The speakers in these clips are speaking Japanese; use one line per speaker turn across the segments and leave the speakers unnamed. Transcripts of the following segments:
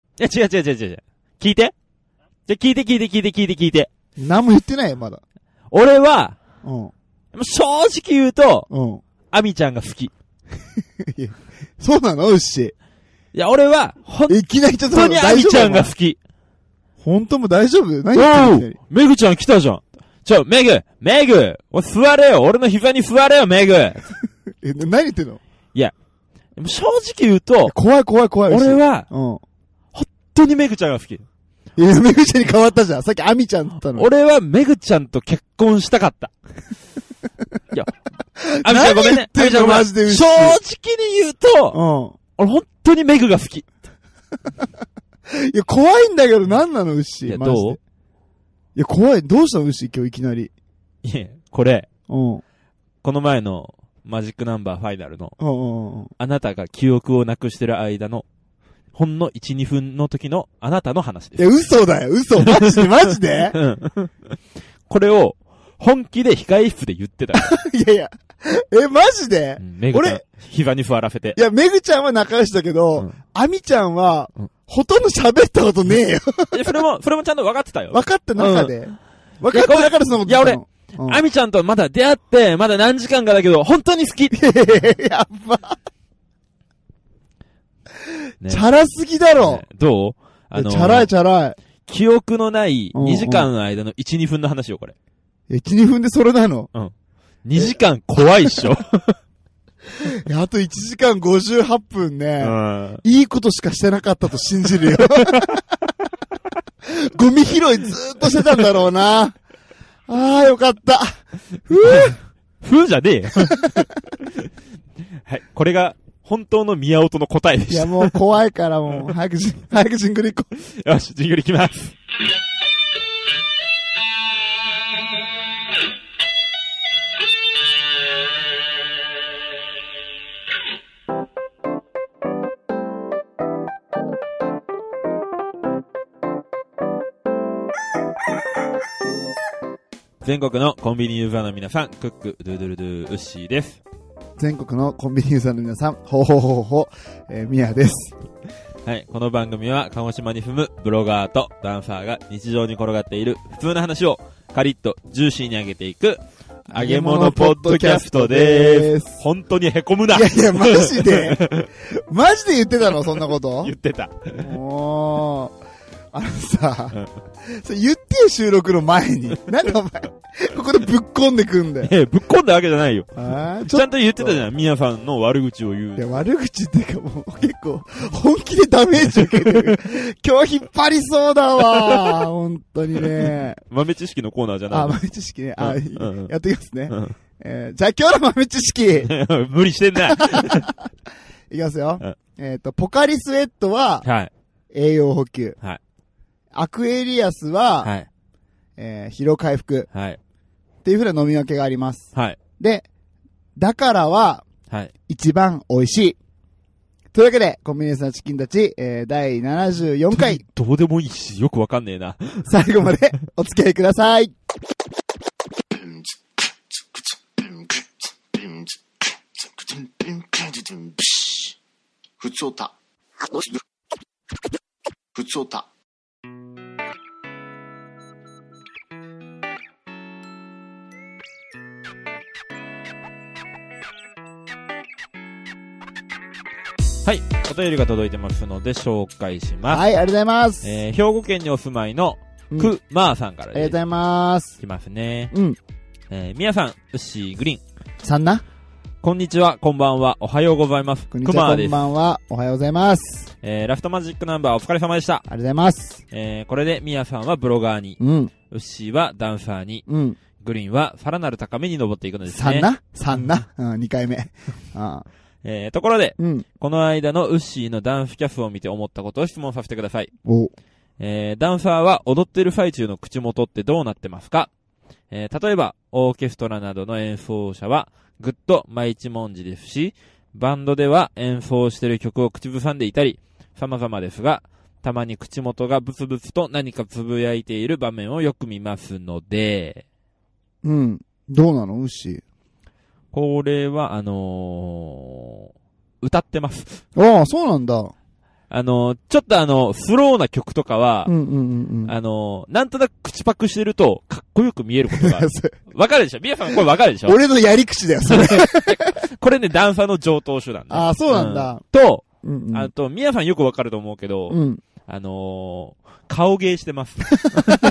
いや、違う違う違う違う違う。聞いて。じゃ、聞いて聞いて聞いて聞いて聞いて。
何も言ってないよ、まだ。
俺は、
うん。
もう正直言うと、
うん。
アミちゃんが好き。い
そうなのうっし
や、俺は、本
ー。いきなりちょっと
当にアミちゃんが好き。
本当も大丈夫何言
お
ってんのいきな
う
り
メグちゃん来たじゃん。ちょ、メグメグお座れよ俺の膝に座れよ、メグ
え、な何言ってんの
でも正直言うと、
怖い怖い怖い。
俺は、
は、
本当にメグちゃんが好き。
うん。いや、めぐちゃんに変わったじゃん。さっきアミちゃんだったの。
俺はメグちゃんと結婚したかった。い や、アミちゃんごめんね。
何言って
アミ
んの
ちゃんごめん
マジでうっし
正
ー
直に言うと、
う
俺本当にメグが好き。
ん。いや、怖いんだけど、何なのうっし
い
ー。
や、
マジで
どう
いや、怖い。どうしたのうっしー、今日いきなり。
いや、これ、
うん。うん
この前のマジックナンバーファイナルの、
うんうん。
あなたが記憶をなくしてる間の、ほんの1、2分の時のあなたの話
い
です。
や、嘘だよ、嘘。マジで、マジで
うん これを、本気で控え室で言って た。
いやいや。え、マジで
うんメグちゃん
俺、
膝に座らせて
い。や、めぐちゃんは仲良しだけ
う
ど
ん、
アミちゃんは
うん、
ほとんど喋ったことねえよ。
いやそれ も、それもちゃんと分かってたよ。
分かった中で。分かった中でそのこと言ったの。うん
アミちゃんとまだ出会って、まだ何時間かだけど、本当に好き。
いやいや いややっば。
ね
チャラすぎだろ
ね。どうあの、
チャラいチャラ
記憶のない
うんうん
2時間の間の1、2分の話よ、これ。
い。1、2分でそれなの。
2時間怖いっしょ。
いやあと1時間58分
う
ね。
ん
いいことしかしてなかったと信じるよ。 ゴミ拾いずーっとしてたんだろうな。ああ、よかった。ふぅ
ふうじゃねえよ。はい、これが本当の宮音の答えで
い
し
や、もう怖いからも う、早くじ、早くジングル行こう。
た。よし、ジングルいきます。全国のコンビニユーザーの皆さん、クック、ドゥドゥルドゥ、ウッシーです。
全国のコンビニユーザーの皆さん、ほうほうほうほう、えー、みやです。
はい、この番組は鹿児島に住むブロガーとダンサーが日常に転がっている普通の話をカリッとジューシーに上げていく揚げ物ポッドキャストで。
です
本当にへこむない
やいや、マジで。マジで言ってたのそんなこと
言ってた。
もう、あのさ、それ言ってよ、収録の前に。なんでお前、ここでぶっこんでくんだよ。
ええ、ぶっこんだわけじゃないよ。
あーち
ち
ょ
ゃ
っ
んと言ってたじゃん。皆さんの悪口を言。
と、いうや、悪口っていうかもう、結構、本気でダメージ受けてる。今日引っ張りそうだわ。本当にね。
豆知識のコーナーじゃない。
あ、豆知識ね。あ、
うんうん
やっていきますね。
うん
えーじゃあ今日の豆知識、
無理してん な。
いきますよ
うん。
えっと、ポカリスエットは
はい。
栄養補給。
はい
アクエリアスは、
はい。
えー疲労回復。
はい。
っていう風な飲み分けがあります。
はい。
で、だからは
はい。
一番美味しい。というわけで、コンビニエンスなチキンたち、えー、第74回、
どうでもいいし、よくわかんねえな。
最後まで お付き合いください。
ふつおた。ふつおた。
はい。お便りが届いてますので紹介します。
はい、ありがとうございます。
えー、兵庫県にお住まいの
うんあり
くまーさんから
がと
で
うご
す。
ざいます。
きますね。
うん。
えー、みやさん、うっしー、グリーン。
さんな、
こんにちは、こんばんは、おはようございます。
こ
く
んにち
ま
は、
ー
こ
で
ん
す。
ばんは。おはようございます。
えー、ラフトマジックナンバーお疲れ様でした。
ありがとうございます。
えー、これでみやさんはブロガーに、
うん、
うっしーはダンサーに、
うん。
グリーンはさらなる高みに登っていくのです
さ
ね。
んな、さんな、うん、2回目。 あー
えー、ところで、
うん。
この間のうっしーのダンスキャスを見て思ったことを質問させてください。
お、
えー、ダンサーは踊ってる最中の口元ってどうなってますかえー、例えば、オーケストラなどの演奏者は、ぐっと毎一文字ですし、バンドでは演奏してる曲を口ずさんでいたり、様々ですが、たまに口元がブツブツと何かつぶやいている場面をよく見ますので、
うん。どうなの牛。
これは、あのー、歌ってます。
ああ、そうなんだ。
あの、ちょっとあの、スローな曲とかは
う、んうんうんうん。。
あの、なんとなく口パクしてると、かっこよく見えることがある
そう
わかるでしょ皆さんこれわかるでしょ
俺のやり口だよ、それ。
これね、ダンサーの上等手段ね。
あーそうなんだ
うんと、
うんうん
あと、皆さんよくわかると思うけど、
うん。
あのー、顔芸して ます。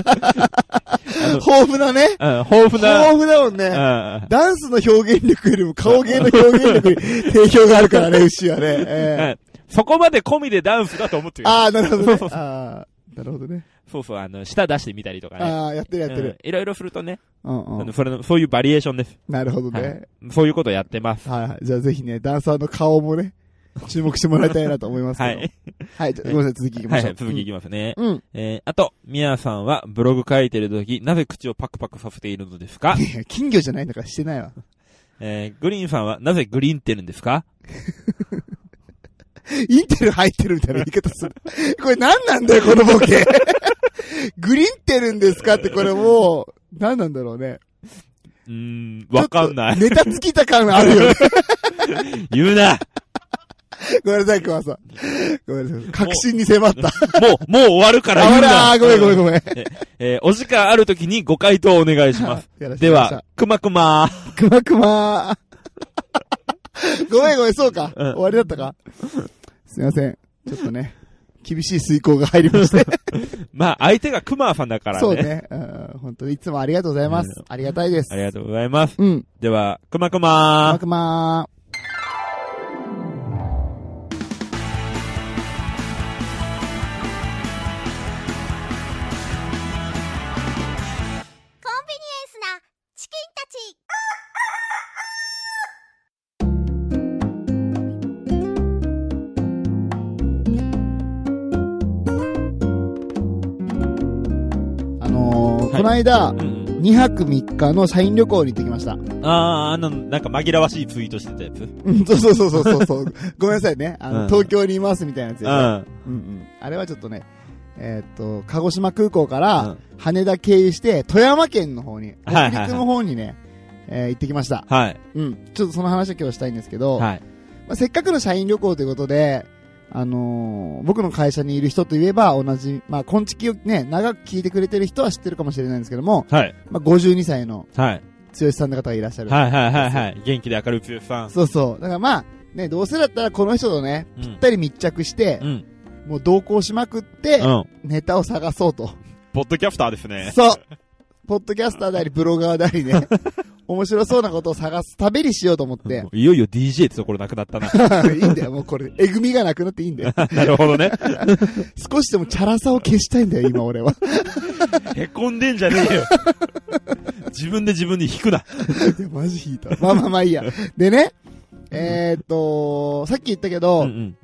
あの
豊富なね。
うん、豊富
豊
な、
富だもんね。
うん、
ダンスの表現力よりも顔芸の表現 力に定評があるからね、牛はね。
は
ええ
いそこまで込みでダンスだと思ってる。
ああ、なるほどね。ああ、なるほどね。
そうそう、あの、舌出してみたりとかね。
ああ、やってるやって
うん
る。
いろいろするとね、
うんう
あ
ん
の。それのそういうバリエーションです。
なるほど
は
ね
い。そういうことをやってます。
はいはい。じゃあぜひね、ダンサーの顔もね、注目してもらいたいなと思いますけ
は
ど。
い。はい。
はい。じゃあごめんなさい、続き行き
は
ま
い
しょう。
続きいきますね。
うん。うん。
えー、あと、みやさんはブログ書いてるとき、なぜ口をパクパクさせているのですか
いや金魚じゃないんだからしてないわ。
えー、グリーンさんはなぜグリーンってるんですか
インテル入ってるみたいな言い方する。これ何なんだよ、このボ ケ。グリンテルんですかって、これもう、何なんだろうね。
うーん、わかんない。
ちょっとネタ尽きた感あ るよね。
言うな
ごめんなさい、熊さん。ごめんなさい。確信に迫った。
もう、もう終わるから言
あ
う
ら
な
ー、ごめんごめんごめん。よ
えー、お時間あるときにご回答をお願いします。
ろしく
で
お願いしま
は、くまくまー。
す、くま くまー。ごめんごめん、そうか。
うん
終わりだったかすいません。ちょっとね、厳しい遂行が入り まして。
まあ、相手がくまーさんだからね。
そうね。うん本当にいつもありがとうございます
う。
ありがたいです
あ。りがとうございます。
うん。
では、くまく
く
ま
ま
ー。
くまー。
スなチキンたち。
あのー
はい
この間、
うん
2泊3日の社員旅行に行ってきました。
あー、あの、なんか紛らわしいツイートしてたやつ。
うん、 そうそうそうそうそうそう。ごめんなさいね。あの、
うん
東京にいますみたいなやつでしょ
う
うんうん。あれはちょっとね、えーっと、鹿児島空港か
う
ら
ん、
羽田経由して、富山県の方に、
はいはいはい
北陸の方にね、えー行ってきました。
ん。はい。
うん。ちょっとその話を今日したいんですけど、
はい。
まあ、せっかくの社員旅行ということで、あのー僕の会社にいる人といえば同じ、まあ、昆虫をね、長く聞いてくれてる人は知ってるかもしれないんですけども、
はい。
まあ、52歳の
はい。
剛さんの方がいらっしゃる。
はいはいはいはい。元気で明るい強さん。
そうそう。だからまあ、ね、どうせだったらこの人とね、
う
ぴ
ん
っ。たり密着して
う、ん。
もう同行しまくって
う、ん。
ネタを探そうと。
ポッドキャスターですね。
そう。ポッドキャスターであり、ブロガーであ りね、面白そうなことを探す旅にしようと思って、
いよいよ DJ ってところなくなった な。
いいんだよ、もうこれ。えぐみがなくなっていいんだよ。
なるほどね。
少しでもチャラさを消したいんだよ、今 俺は。
へこんでんじゃねえよ。 自分で自分に引くな。
いや、マジ引いた。まあまあまあいいや。でね、えーっと、さっき言ったけど、
うん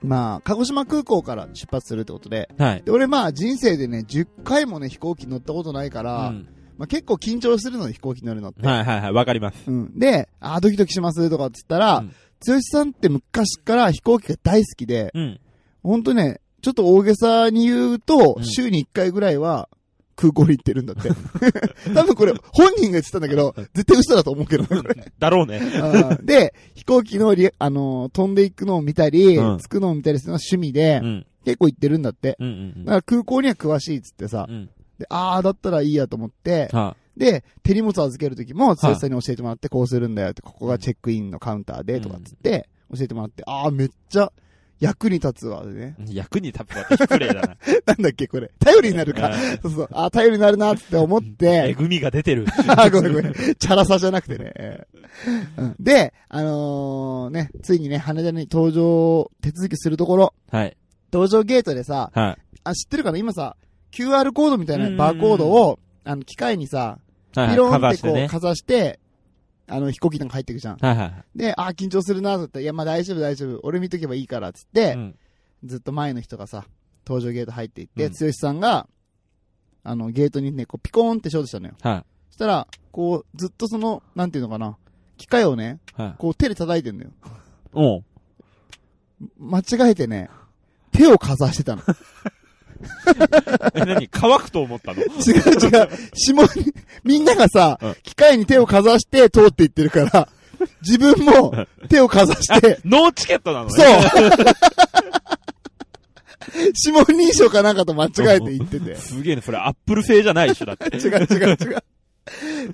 まあ、鹿児島空港から出発するってことで、
うん。はい。
で俺まあ人生でね、10回もね、飛行機乗ったことないか
う
ら、
ん
まあ結構緊張するの、飛行機乗るのって。
はいはいはい。わかります。
うん。で、あードキドキしますとかっつったら、
うん
剛さんって昔から飛行機が大好きで、
うん。
ほんとね、ちょっと大げさに言うと、
うん
週に1回ぐらいは、空港に行ってるんだって。 多分これ、本人が言ってたんだけど、絶対嘘だと思うけどね、これ。
だろうね。
うんで、飛行機のリ、あのー飛んでいくのを見たり、
うん
着くのを見たりするのが趣味で、
うん。
結構行ってるんだって。
うんうん
だから空港には詳しいっつってさ
う、ん。うん。
で、あー、だったらいいやと思って、
は
で、手荷物預けるときも、剛さんに教えてもらって、こうするんだよって、ここがチェックインのカウンターで、とかっつって、教えてもらって、あー、めっちゃ、役に立つわ、でね。
い役に立つわけ失礼だな。
なんだっけ、これ。頼りになるか。そうそう。あー、頼りになるなって思っ
え
て、
ぐみが出てる。
あ、ごめんごめん。チャラさじゃなくてね。えーうんで、あのーね、ついにね、羽田に搭乗手続きするところ、
はい。
搭乗ゲートでさ、
は
あ、知ってるかな今さ、QR コードみたいな
うん
バーコードを、あの、機械にさ、
い。はい。
ピローン
か
っ
ざ
て
し
こ
ね
う、かざして、あの、飛行機なんか入ってくじゃん。
はいは
で、あー、緊張するなと思ったら、いや、まあ大丈夫大丈夫。俺見とけばいいから、つっ
い。
て、
うん
ずっと前の人がさ、搭乗ゲート入っていって、
うん
剛さんが、あの、ゲートにね、こう、ピコーンってショートしたのよ。
は
そしたら、こう、ずっとその、なんていうのかな、機械をね、
い。はい。
こう手で叩いてんのよ。
おう
間違えてね、手をかざし てたの。
え、何乾くと思ったの
違う違う。下に、みんながさ
うん、
機械に手をかざして通っていってるから、自分も手をかざして、
ノーチケットなのね。
そう 指紋認証かなんかと間違えて言ってて。
すげえね。それアップル製じゃないでしょ、だって。
違う違う違う。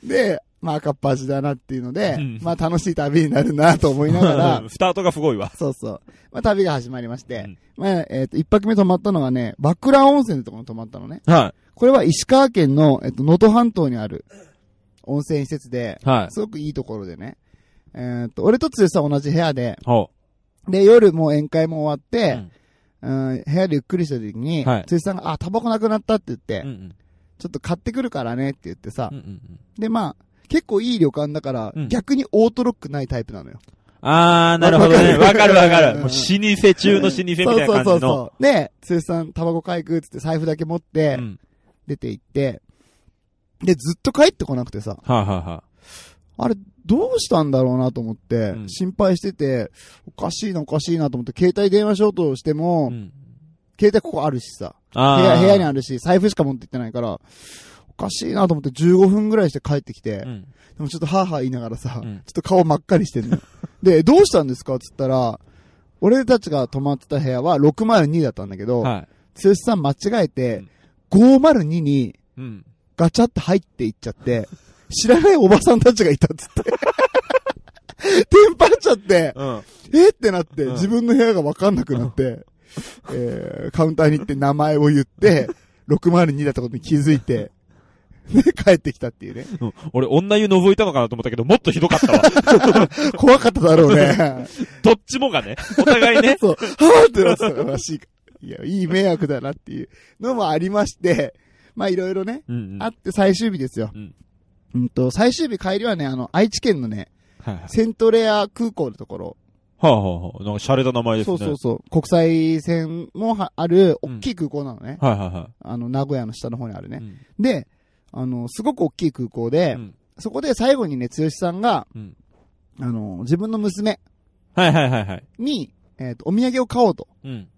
で、まあ赤っ端だなっていうので、
うん、
まあ楽しい旅になるなと思いながら
スタートがすごいわ。
そうそう。まあ旅が始まりまし
う
て
ん、
まあ、えっ、と、一泊目泊まったのがね、バックラン温泉ってところに泊まったのね。
は
これは石川県の、えっ、と、能登半島にある温泉施設で、
い。はい。
すごくいいところでね。えーっと、俺とつさん同じ部屋で、
ほ
で、夜もう宴会も終わっ
う。
て、うん、部屋でゆっくりした時に、
はい
つさんが、あ、タバコなくなったって言って、
うんうん
ちょっと買ってくるからねって言ってさ
うんう、んうん。
で、まあ、結構いい旅館だから、
うん
逆にオートロックないタイプなのよ。
あー、なるほどね。わ
わ
か
か
る
る
わかる。
うん
もう老舗中の老舗みたいな感じの。
そうそうそうそう。で、つさん、タバコ買い食うってって財布だけ持って
う、ん。
出て行って、で、ずっと帰ってこなくてさ、
はいはいは
あれ、どうしたんだろうなと思って、
うん
心配してて、おかしいなおかしいなと思って、携帯電話しようとしても、
い。うん。
携帯ここあるしさ、部
あ
屋、部屋に
あ
あるし、財布しか持って行ってないから、おかしいなと思って15分ぐらいして帰ってきて、
る。う
で
ん。
もちょっとハーハー言いながらさ、
うん
ちょっと顔真っ赤にして んの。で、どうしたんですかっつったら、俺たちが泊まってた部屋は602だったんだけど、
はい。
剛さん間違えて、502に
うん。
ガチャって入っていっちゃって、知らないおばさんたちがいたっつ って。テンパっちゃって、
うん。
えってなって、
うん
自分の部屋がわかんなくな って、えーカウンターに行って名前を 言って、602だったことに気づいて、で、帰ってきたっていうね。
うん俺、女湯覗いたのかなと思ったけど、もっとひどかったわ。
怖かっただろうね。。
どっちもがね、お互いね
そう、はぁってなってたらしい。いや、いい迷惑だなっていうのもありまして、まあいろいろね、
うんうん。
あって最終日ですよ。
う
うんん。と、最終日帰りはね、あの、愛知県のね、
はいはい。
セントレア空港のところ。
はあはあはあ。なんか、洒落た名前です
そ
ね。
うそうそう。国際線もはある、
うん
大きい空港なのね。
はいはいは
あの、名古屋の下の方にある
い。
ね。
うん
で、あの、すごく大きい空港で、
うん
そこで最後にね、剛さんが、
うん
あの、自分の娘
はいはいはいはい。
に、えっ、と、お土産を買おうと
うん。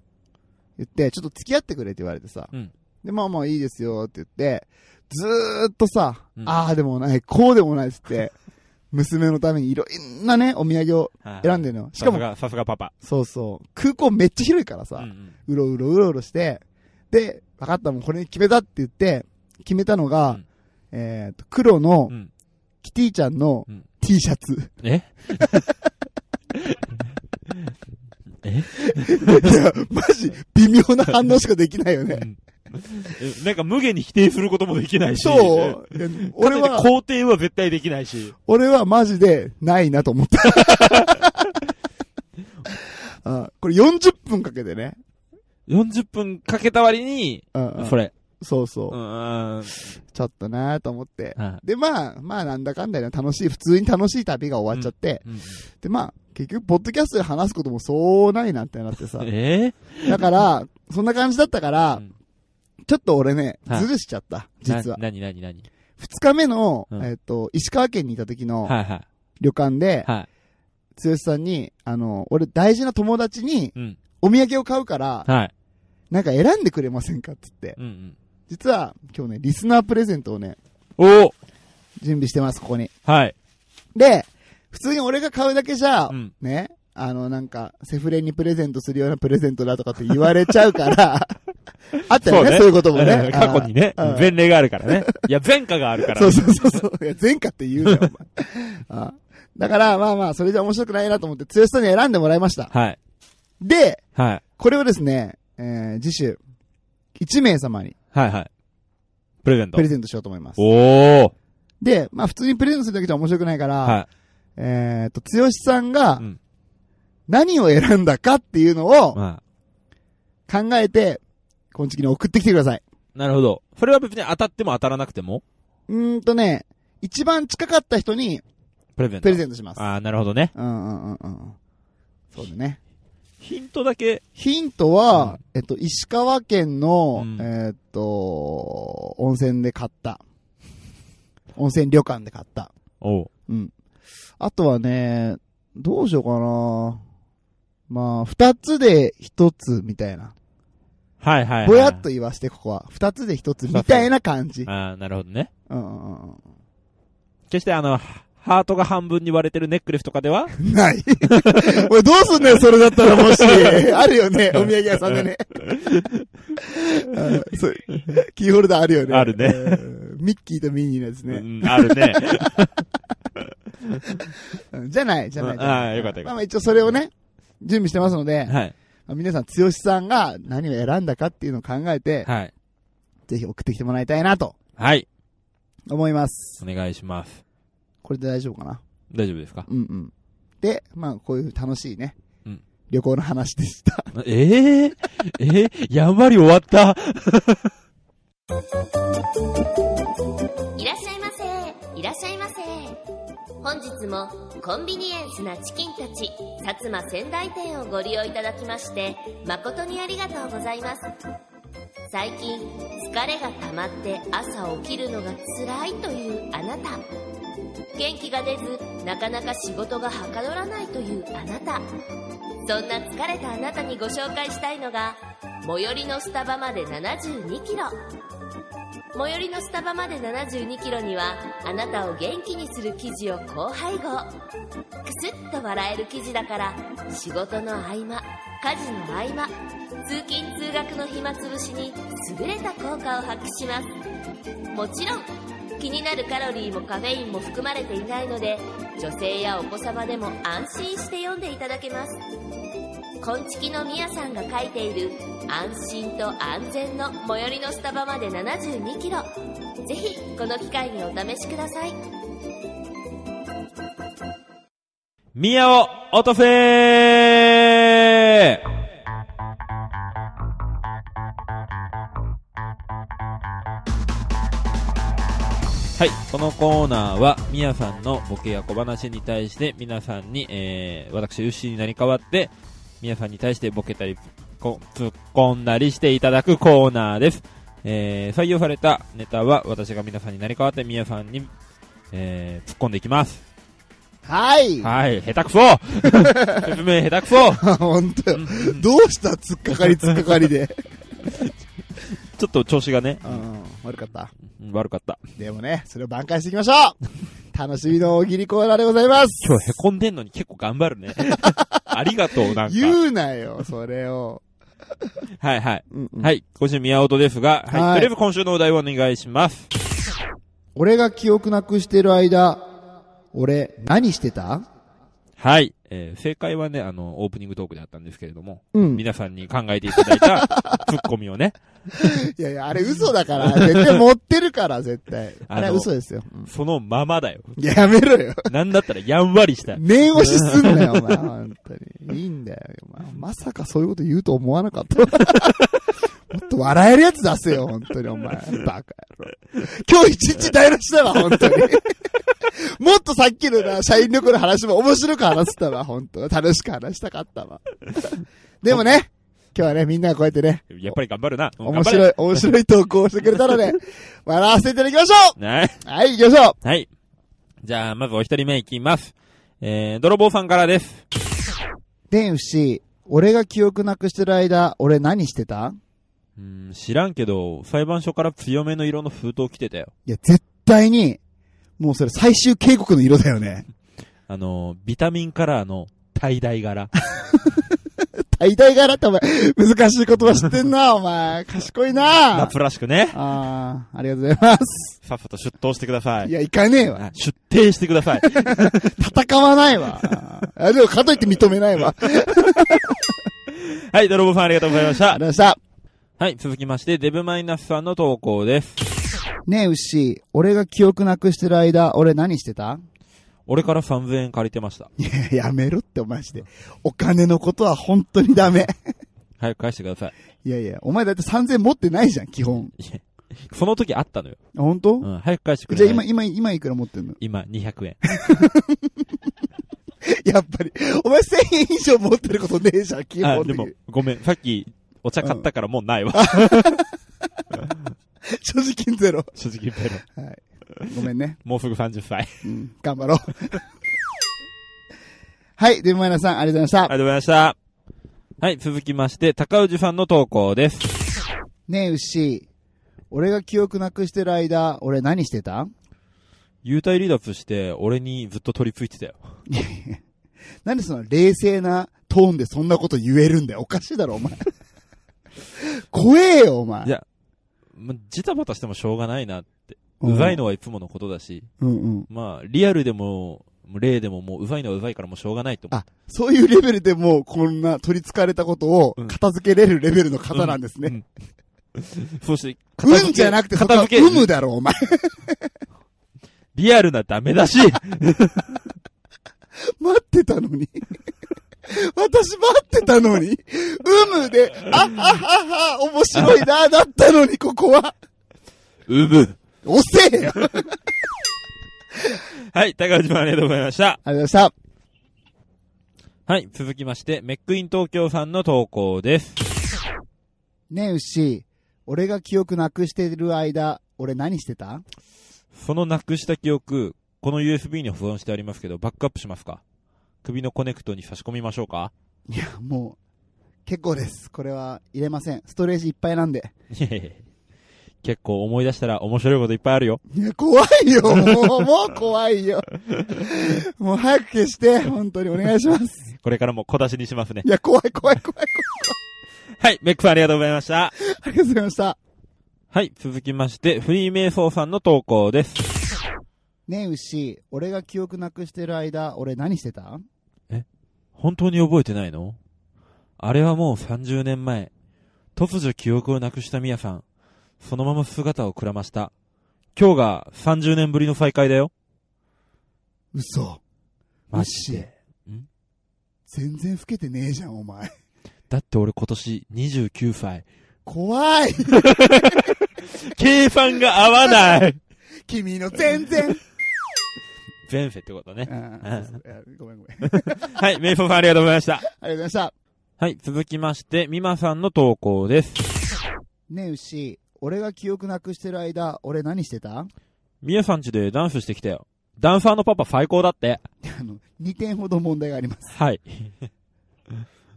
言って、ちょっと付き合ってくれって言われてさ。
うん
で、まあまあいいですよって言って、ずーっとさ、
うん
ああでもない、こうでもないっつ って、娘のためにいろんなね、お土産を選ん
で。
でるのよ。し
し
か
かも。さす
も、
が、さすがパパ。
そうそう、空港めっちゃ広いから
うんう
さ、
ん
うろうろうろうろして、で、分かった、もうこれに決めたって言って、決めたの
う
が
ん、
えっと、黒の
うん
キティちゃんの
うん
T シャツ。
え
いや、マジ、微妙な反応しかできないよね。
えなんか、無限に否定することもできないし。
そう。いや俺
俺は、
は、
肯定は絶対できないし。
俺はマジでないなと思った。 あこれ40分かけてね。
40分かけた割に、
うんうん
それ。
そうそうう。
ん。
ちょっとなーと思って。
は
で、まあ、まあ、なんだかんだで楽しい、普通に楽しい旅が終わっちゃって。
いうん。
で、まあ、結局、ポッドキャストで話すこともそうないなってなってさ
え
だから、そんな感じだったから、
うん
ちょっと俺ね、
はい
ずるしちゃった、実は。
なになになに
二日目の、
うん
えっ、と、石川県にいた時の
はいは
旅館
い。
で、
は
剛さんに、あの、俺大事な友達に
い。うん。
お土産を買うから、
はい。
なんか選んでくれませんかって言って。
うんうん。
実は、今日ね、リスナープレゼントをね、
お
準備してます、ここに。
はい。
で、普通に俺が買うだけじゃ、
うん
ね、あの、なんか、セフレにプレゼントするようなプレゼントだとかって言われちゃ うから、あったよね、そういうことも
う
ね
ん。 過去にね
あー、
前例があるから ね。いや、前科があるから。
そうそうそうそう。いや、前科って言うなよ、お前あだから、まあまあ、それじゃ面白くないなと思って、強さんに選んでもらいました。
はい。
で、
はい。
これをですね、えー、次週、1名様に
はいはい。プレゼント
プレ。ゼントしようと思います。
おー。
で、まあ普通にプレゼントするだけじゃ面白くないから、
は
えっ、と、つよしさんが
うん、
何を選んだかっていうのを
い。ま
考えて、こんちきに送ってきてください。
あ、なるほど。それは別に当たっても当たらなくても、
うーんとね、一番近かった人に
プレゼント。
プレゼントします。
ああ、なるほどね。
うんうんうんうん。そうだね。
ヒントだけ。
ヒントは、
うん
えっと、石川県の、
うん
えっと、温泉で買った。温泉旅館で買った。
おう。
うん。あとはね、どうしようかなまあ、二つで一つみたいな。
はいはいはい。
ぼやっと言わして、ここは。二つで一つみたいな感じ。
ああ、なるほどね。
うんうんうん。
決してあの、はハートが半分に割れてるネックレスとかで は
ない。俺どうすんだよ、それだったらもし。 あるよね、お土産屋さんでね。あそうキーホルダーあるよね。
あるね
うん。ミッキーとミニーのやつ
う
ね。
ん、ある ね。
うんじゃない、じゃない。
うんあーよかったよかった
まあまあ一応それをね、準備してますの
は
で、
い。
まあ皆さん、剛さんが何を選んだかっていうのを考えて、
はい。
ぜひ送ってきてもらいたいなと
はい。
思います。
お願いします。
これで大丈夫かな
大丈夫ですか
うんうん。で、まあこういう楽しいね、
うん
旅行の話でした。
えええーやんばり終わった。
いらっしゃいませいらっしゃいませ本日もコンビニエンスなチキンたち薩摩仙台店をご利用いただきまして誠にありがとうございます最近疲れが溜まって朝起きるのが辛いというあなた元気が出ずなかなか仕事がはかどらないというあなたそんな疲れたあなたにご紹介したいのが最寄りのスタバまで72キロ最寄りのスタバまで7 2キロにはあなたを元気にする記事を高配合クスッと笑える記事だから仕事の合間家事の合間通勤通学の暇つぶしに優れた効果を発揮しますもちろん気になるカロリーもカフェインも含まれていないので女性やお子様でも安心して読んでいただけます昆虫のみやさんが書いている安心と安全の最寄りのスタバまで7 2キロぜひこの機会にお試しください
宮尾落とせはい、このコーナーは、みやさんのボケや小話に対して、皆さんに、えー、私、ウッシーになり変わって、みやさんに対してボケたり、こ突っ込んだりしていただくコーナーです。えー、採用されたネタは、私が皆さんになり変わって、みやさんに、えー、突っ込んでいきます。
はい。
はい、下手くそ 説明下手くそ
本当よ。どうした突っかかり突っかかり で。
ちょっと調子がね、
うん、悪かった。
悪かった。
でもね、それを挽回していきましょう楽しみの大喜利コーナーでございます
今日へこんでんのに結構頑張るね。 ありがとう、なんか。
言うなよ、それを。
はいはい。
うんうん
はい、今週宮本ですが、はい、
はい
とりあえず今週のお題をお願いします。
俺が記憶なくしてる間、俺、何してた
はい。えー正解はね、あの、オープニングトークであったんですけれども、
うん。い
皆さんに考えていただい たツッコミをね、
やいや、あれ嘘だから。絶対持ってるから、絶対。あれ
あの
嘘ですよ。
そのままだよ。
いややめろよ。
なんだったらやんわりしたい。
念押しすん なよ、お前。本当に。いいんだよ、お前。まさかそういうこと言うと思わ なかった。もっと笑えるやつ出せよ、本当に、お前。バカ野郎。今日一日台無しだわ、本当に。もっとさっきのな、社員旅行の話も面白く話せたわ、本当楽しく話したかったわ。でもね、今日はね、みんながこうやってね、
やっぱり頑張るな。うん
面
頑張れ
白い、面白い投稿をしてくれたの で、笑わせていただきましょ
はい。
うはい、行きましょう
はい。じゃあ、まずお一人目いきます。えー、泥棒さんからです。
天不し俺が記憶なくしてる間、俺何してた
うーん、知らんけど、裁判所から強めの色の封筒来てたよ。
いや、絶対に、もうそれ最終警告の色だよ ね。
あのー、ビタミンカラーの橙柄。
大々柄ってお前、難しい言葉知ってんな、 お前。賢いな。あ
夏らしくね。
あー、ありがとうございます。
さっさと出頭してくださ
い
い。
や、行かねえわ。
あ出廷してください。
戦わないわ。あーでも、かといって認めないわ。ありがとう
はい、泥棒さんありがとうございまし
ご
た。
ざいました。
はい、続きまして、デブマイナスさんの投稿です。
ねえ、牛、俺が記憶なくしてる間、俺何してた
俺から3000円借りてました。
いや、やめろって、お前して。お金のことは本当にダメ。
早く返してください。
いやいや、お前だって3000持ってないじゃん、基本。
その時あったのよ。
あ本当、
うん、早く返してく
じ
れ
ゃ
な
あ
い。
今、今、今いくら持ってんの
今、200円。
やっぱり。お前1000円以上持ってることねえじゃん、基
あ、
本
で
的
も
に。、
ごめん、さっき、お茶買ったからもうないわ。
所持金ゼロ。
正直言ってる
ごめんね。
もうすぐ30歳。
うん、頑張ろう。 はい、で、前田さん、ありがとうござ
あり
いまし
がとうございました。はい、続きまして、高氏さんの投稿です。
た。ねえ、牛。俺が記憶なくしてる間、俺何してた
幽体離脱して、俺にずっと取り付いてたよ。
なんでその冷静なトーンでそんなこと言えるんだよ。おかしいだろ、お前。 怖えよ、お前。
いやまあ、ジタバタしてもしょうがないな。
ん
うざい。のはいつものことだし、
うんうん。
まあ、リアルでも、例でももううざいのはうざいからもうしょうがないと思う。
あ、そういうレベルでもうこんな取り憑かれたことを片付けれるレベルの方なんですね。
うんそして、
うん、うんじゃなくて、そこ
片
は
付け、
うむだろ、お前。
リアルなダメだ し、
待ってたのに。 私待ってたのに。うむで、あははは、面白いな、だったのに、ここは。
うぶ。
遅えよ。ありがとう
はい、高島ありがとうございました。
ございました。
はい、続きまして、メックイン東京さんの投稿です。
ねえ、牛。俺が記憶なくしてる間、俺何してた
そのなくした記憶、この USB に保存してありますけど、バックアップしますか首のコネクトに差し込みましょうか
いや、もう、結構です。これは入れません。ストレージいっぱいなんで。
いやいやいや結構思い出したら面白いこといっぱいあるよ。
いや、怖いよ。もう、もう怖いよ。もう早く消して、本当にお願いします。
これからも小出しにしますね。
いや、怖い怖い怖い怖い。
はい、メックさんありがとうございました。
ありがとうございました。
はい、続きまして、フリーメイソーさんの投稿です。
ねえ、牛。俺が記憶なくしてる間、俺何してた
本当に覚えてないのあれはもう30年前。突如記憶をなくしたミヤさん。そのまま姿をくらました。今日が30年ぶりの再会だよ。
嘘。
マジで。ん
全然老けてねえじゃん、お前。
だって俺今年29歳。
怖い。
計算が合わない
君の全然。
前世ってことね
う。んごめんごめん。ありがとう
はい、メイソーさんありがとうございました。
ございました。
はい、続きまして、ミマさんの投稿です。
ねえ、牛。俺が記憶なくしてる間、俺何してた
ミヤさん家でダンスしてきたよ。ダンサーのパパ最高だって。
あの、2点ほど問題があります。
はい。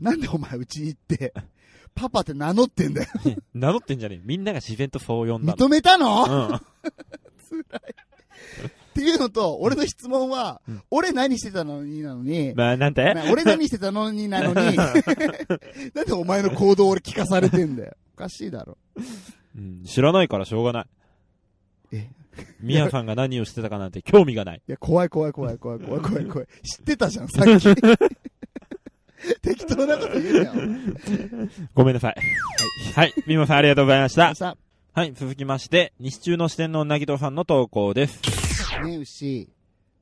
なんでお前うち行って、パパって名乗ってんだよ。
名乗ってんじゃねえ。みんなが自然とそう呼んだ
認めたの、っ
の。
ていうのと、俺の質問は、
うん
俺何してたのになの
う
に
ん。、まあ、なんて
な俺何してたのになの に、なんでお前の行動を俺聞かされてんだよ。おかしいだろ。
うん、知らないからしょうがない。
え
ミヤさんが何をしてたかなんて興味がない。
いや、怖い怖い怖い怖い怖い怖い怖い。知ってたじゃん、さっ き。適当なこと言うなよ。
ごめんなさい。はい、ミマさんありがとうございました。
さ
はい、続きまして、西中の四天王なぎとさんの投稿です。
ねえ、牛。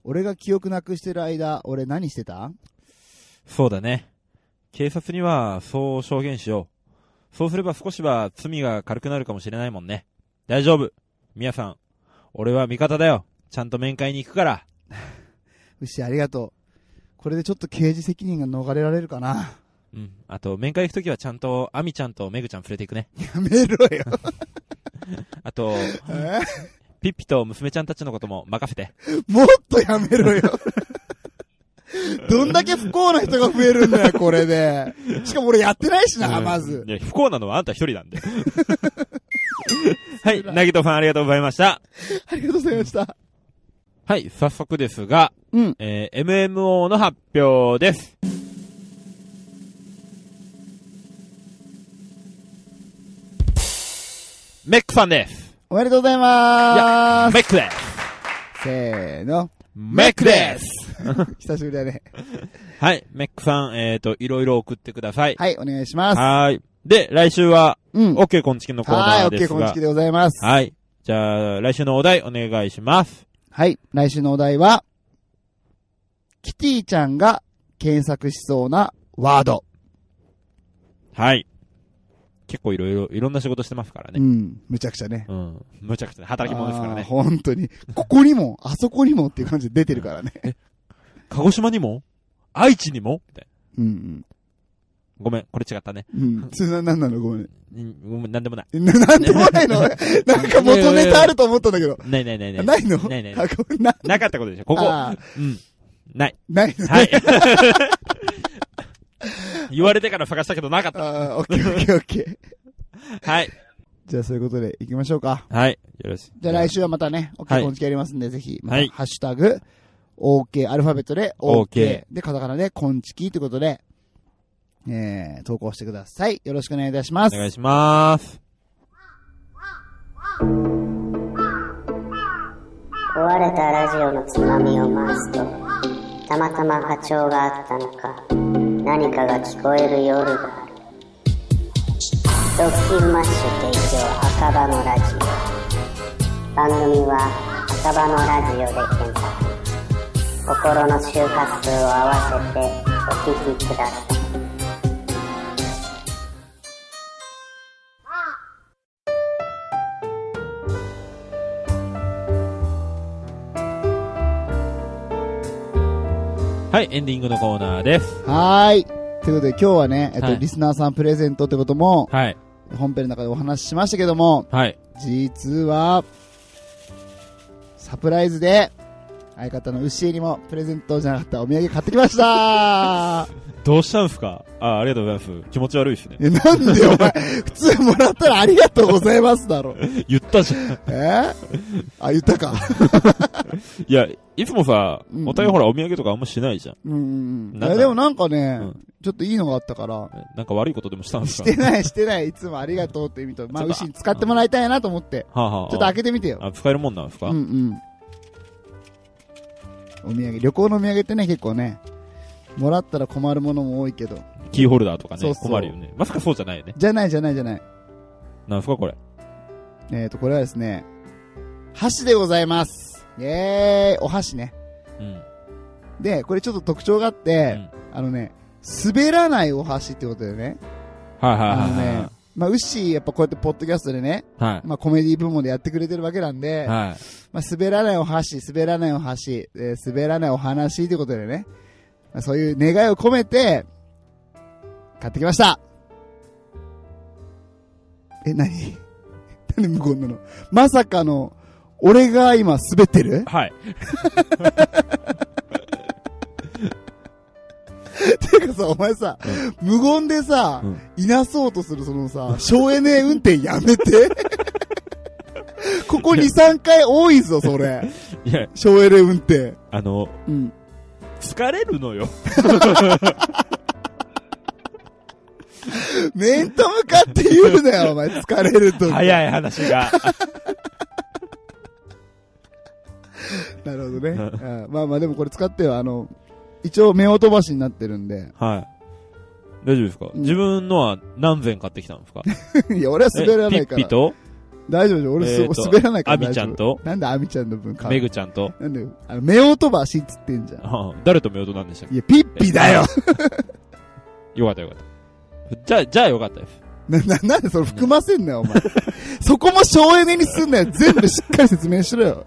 俺が記憶なくしてる間、俺何してた
そうだね。警察には、そう証言しよう。そうすれば少しは罪が軽くなるかもしれないもんね。大丈夫。ミヤさん、俺は味方だよ。ちゃんと面会に行くから。
牛、ありがとう。これでちょっと刑事責任が逃れられるかな。
うん。あと、面会行くときはちゃんと、アミちゃんとメグちゃん連れて行くね。
やめろよ。
あと、
え
ピッピと娘ちゃんたちのことも任せて。
もっとやめろよ。どんだけ不幸な人が増えるんだよ、これで。しかも俺やってないしな、まず
い。や、不幸なのはあんた一人なん で。はい、なぎとさんありがとうございました。
ありがとうございました。
はい、早速ですが、
うん。
えー MMO の発表です。メックさんです。
おめでとうござい
い
ま
や
ー
メックです。
す。せーの。
メックです。
久しぶりだね。
はい、メックさん、えっ、と、いろいろ送ってください。
はい、お願いします。
はーい。で、来週は、
うん。は
OK こんちきのコー
ーい、
ナ
オ
ー
ッ
で
ケー、
す
こん
が
ちき。でございます。
はい。じゃあ、来週のお題お願いします。
はい、来週のお題は、キティちゃんが検索しそうなワード。
はい。結構いろいろ、いろんな仕事してますから
う
ね。
ん、むちゃくちゃね。
うん。むちゃくちゃ働き者ですから
あー
ね。
本当に。ここにも、あそこにもっていう感じで出てるからね。
鹿児島にも愛知にもみたいな
うん
ごめん、これ違ったね。
うん。 うん。それな、なんなのごめん。
うんごめん、なんでもない。
な、なんでもないのなんか元ネタあると思ったんだけど。
ないないないない。
ないの
ないないない
あごめんな、
なかったことでしょ、ここ。
あ
う
ー
ん。ない。
ないの
はい。 言われてから探したけどなかっ
あーオッケーオッケーオッケー。
た。はい。
じゃあそういうことで行きましょうか。
はい。よろしい。
じゃあ来週はまたね、
は
OK
い
コンチキやりますんで、ぜひ、また
はい
ハッシュタグ、OK、アルファベットで OK
OK、
で、カタカナでコンチキということで、えー、投稿してください。よろしくお願いいたしま
お
す。
願いします。
壊れたラジオのつまみを回すとたまたま波長があったのか何かが聞こえる夜がある「ドッキンマッシュ提供赤羽のラジオ」番組は赤羽のラジオで検索心の周波数を合わせてお聞きください
はい、エンディングのコーナーです。
はーい。ということで今日はね、えっと、
はい
リスナーさんプレゼントってことも、
はい。
本編の中でお話ししましたけども、
はい。
実は、サプライズで、相方の牛江にもプレゼントじゃなかったお土産買ってきました
どうしたんすかあ、ありがとうございます。気持ち悪いですね
い。やなんでお前、普通もらったらありがとうございますだろ。
言ったじゃん。
えーあ、言ったか。
いや、いつもさ
うんう、ん
お互いほらお土産とかあんましないじゃん。
うんうん。い
なんだろう
やでもなんかね、
うん
ちょっといいのがあったから、
なんか悪いことでもしたんす
し
か
てないしてない、いつもありがとうって意味と、まあ
ちょっと
牛に使ってもらいたいなと思って、
はあはあはあ
ちょっと開けてみてよ。
あ、使えるもんなんですか、
うんうん。お土産、旅行のお土産ってね、結構ね、もらったら困るものも多いけど。
キーホルダーとかね
そうそう
困るよね。まさかそうじゃないよね。
じゃないじゃないじゃない。
なんですかこれ。
えーと、これはですね、箸でございます。イェーイお箸ね。
うん。
で、これちょっと特徴があって、あのね、滑らないお箸ってことだよね。
はいはい
あの
はいはい
ね、まあ、ウッシーやっぱこうやってポッドキャストでね、
は
まあ、コメディ部門でやってくれてるわけなんで、
い。はい。
まあ、滑らないお箸、滑らないお箸、えー滑らないお話ということでね、まあ、そういう願いを込めて、買ってきましたえ、なに何 無言なのまさかの、俺が今滑ってる
はい。
ていうかさ、お前さ、無言でさ、
うん
いなそうとするそのさ、省エネ運転やめて ここ2、3回多いぞ、それ。
いや、
省エネ運転。
あの、
うん。
疲れるのよ。
面と向かって言うなよ、お前。疲れると。い。
早い話 が。
なるほどね。うんまあまあ、でもこれ使ってよ。あの、一応、目を飛ばしになってるんで。
はい。大丈夫ですか、
うん
自分のは何千買ってきたん ですか
いや、俺は滑らない
えピ
か
ッ
ら
ピ。と、
大丈夫、俺す、
えーと
滑らないから大丈夫。
アミちゃんと
なんでアミちゃんの分買
メ
う
グちゃんと、
なんで、あの、目を飛ばしっつってんじゃん。
あ誰と目音なんでしたっ
いや、ピッピだよ
けよかったよかった。じゃあ、じゃあよかったです。
な、な、なんでそれ含ませんなよ、お前。 そこも省エネにすんなよ。全部しっかり説明しろ よ。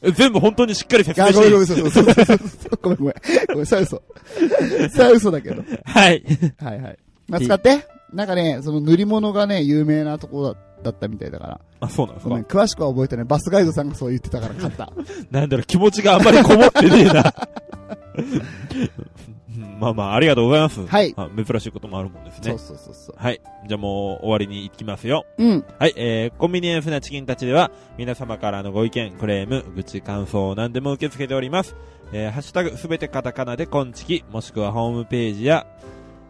え全部本当にしっかり説
い
明
や、ごめんごめ
して。
ん、そうそうそうそうそう。ごめんごめん。ごめん、それは嘘。それは嘘だけど。
はい。
はいはい。まあ、使って。なんかね、その塗り物がね、有名なとこだだったみたいだから。
あ、そうなんです
ごめん、
か
詳しくは覚えてない。バスガイドさんがそう言ってたから 買った。
なんだろう、気持ちがあんまりこもってねえ な。うんまあまあ、ありがとうございます。
はい
あ珍しいこともあるもんです
そ
ね
う。そうそうそう。
はい。じゃあもう終わりに行きますよ。
うん。
はい、えー、コンビニエンスなチキンたちでは、皆様からのご意見、クレーム、愚痴、感想を何でも受け付けております。えー、ハッシュタグ、すべてカタカナでコンチキ、もしくはホームページや、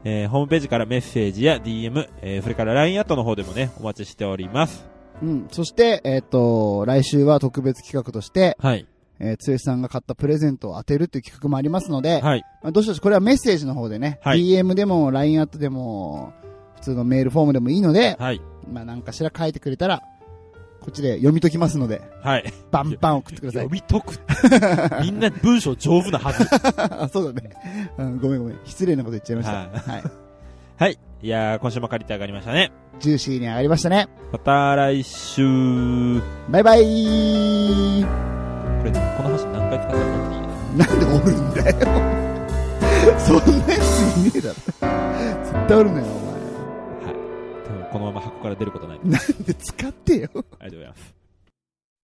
えー、ホームページからメッセージや DM、えー、それから LINE アットの方でもね、お待ちしております。
うん。そして、えっ、と、来週は特別企画として、
はい。
えー、つえさんが買ったプレゼントを当てるっていう企画もありますので、
はい。
まあ、どしどしこれはメッセージの方でね、
はい
DM でも LINE アットでも、普通のメールフォームでもいいので、
はい。
まあ、なんかしら書いてくれたら、こっちで読み解きますので、
はい。
バンバン送ってください
読。み解 く。みんな文章上手なはず。
あ、 そうだね、うん。ごめんごめん。失礼なこと言っちゃいました。
はい
はい。
はい。いやー、今週も借りて上がりましたね。
ジューシーに上がりましたね。
また来週。こ
バイバイ
れ、この話何回使ったらもっといいですか
なんでおるんだよ。 そんなやついねえだろ。絶対おるな
は
よ、お前。
い。多分このまま箱から出ることない。
なんで使ってよ。
ありがとうございます。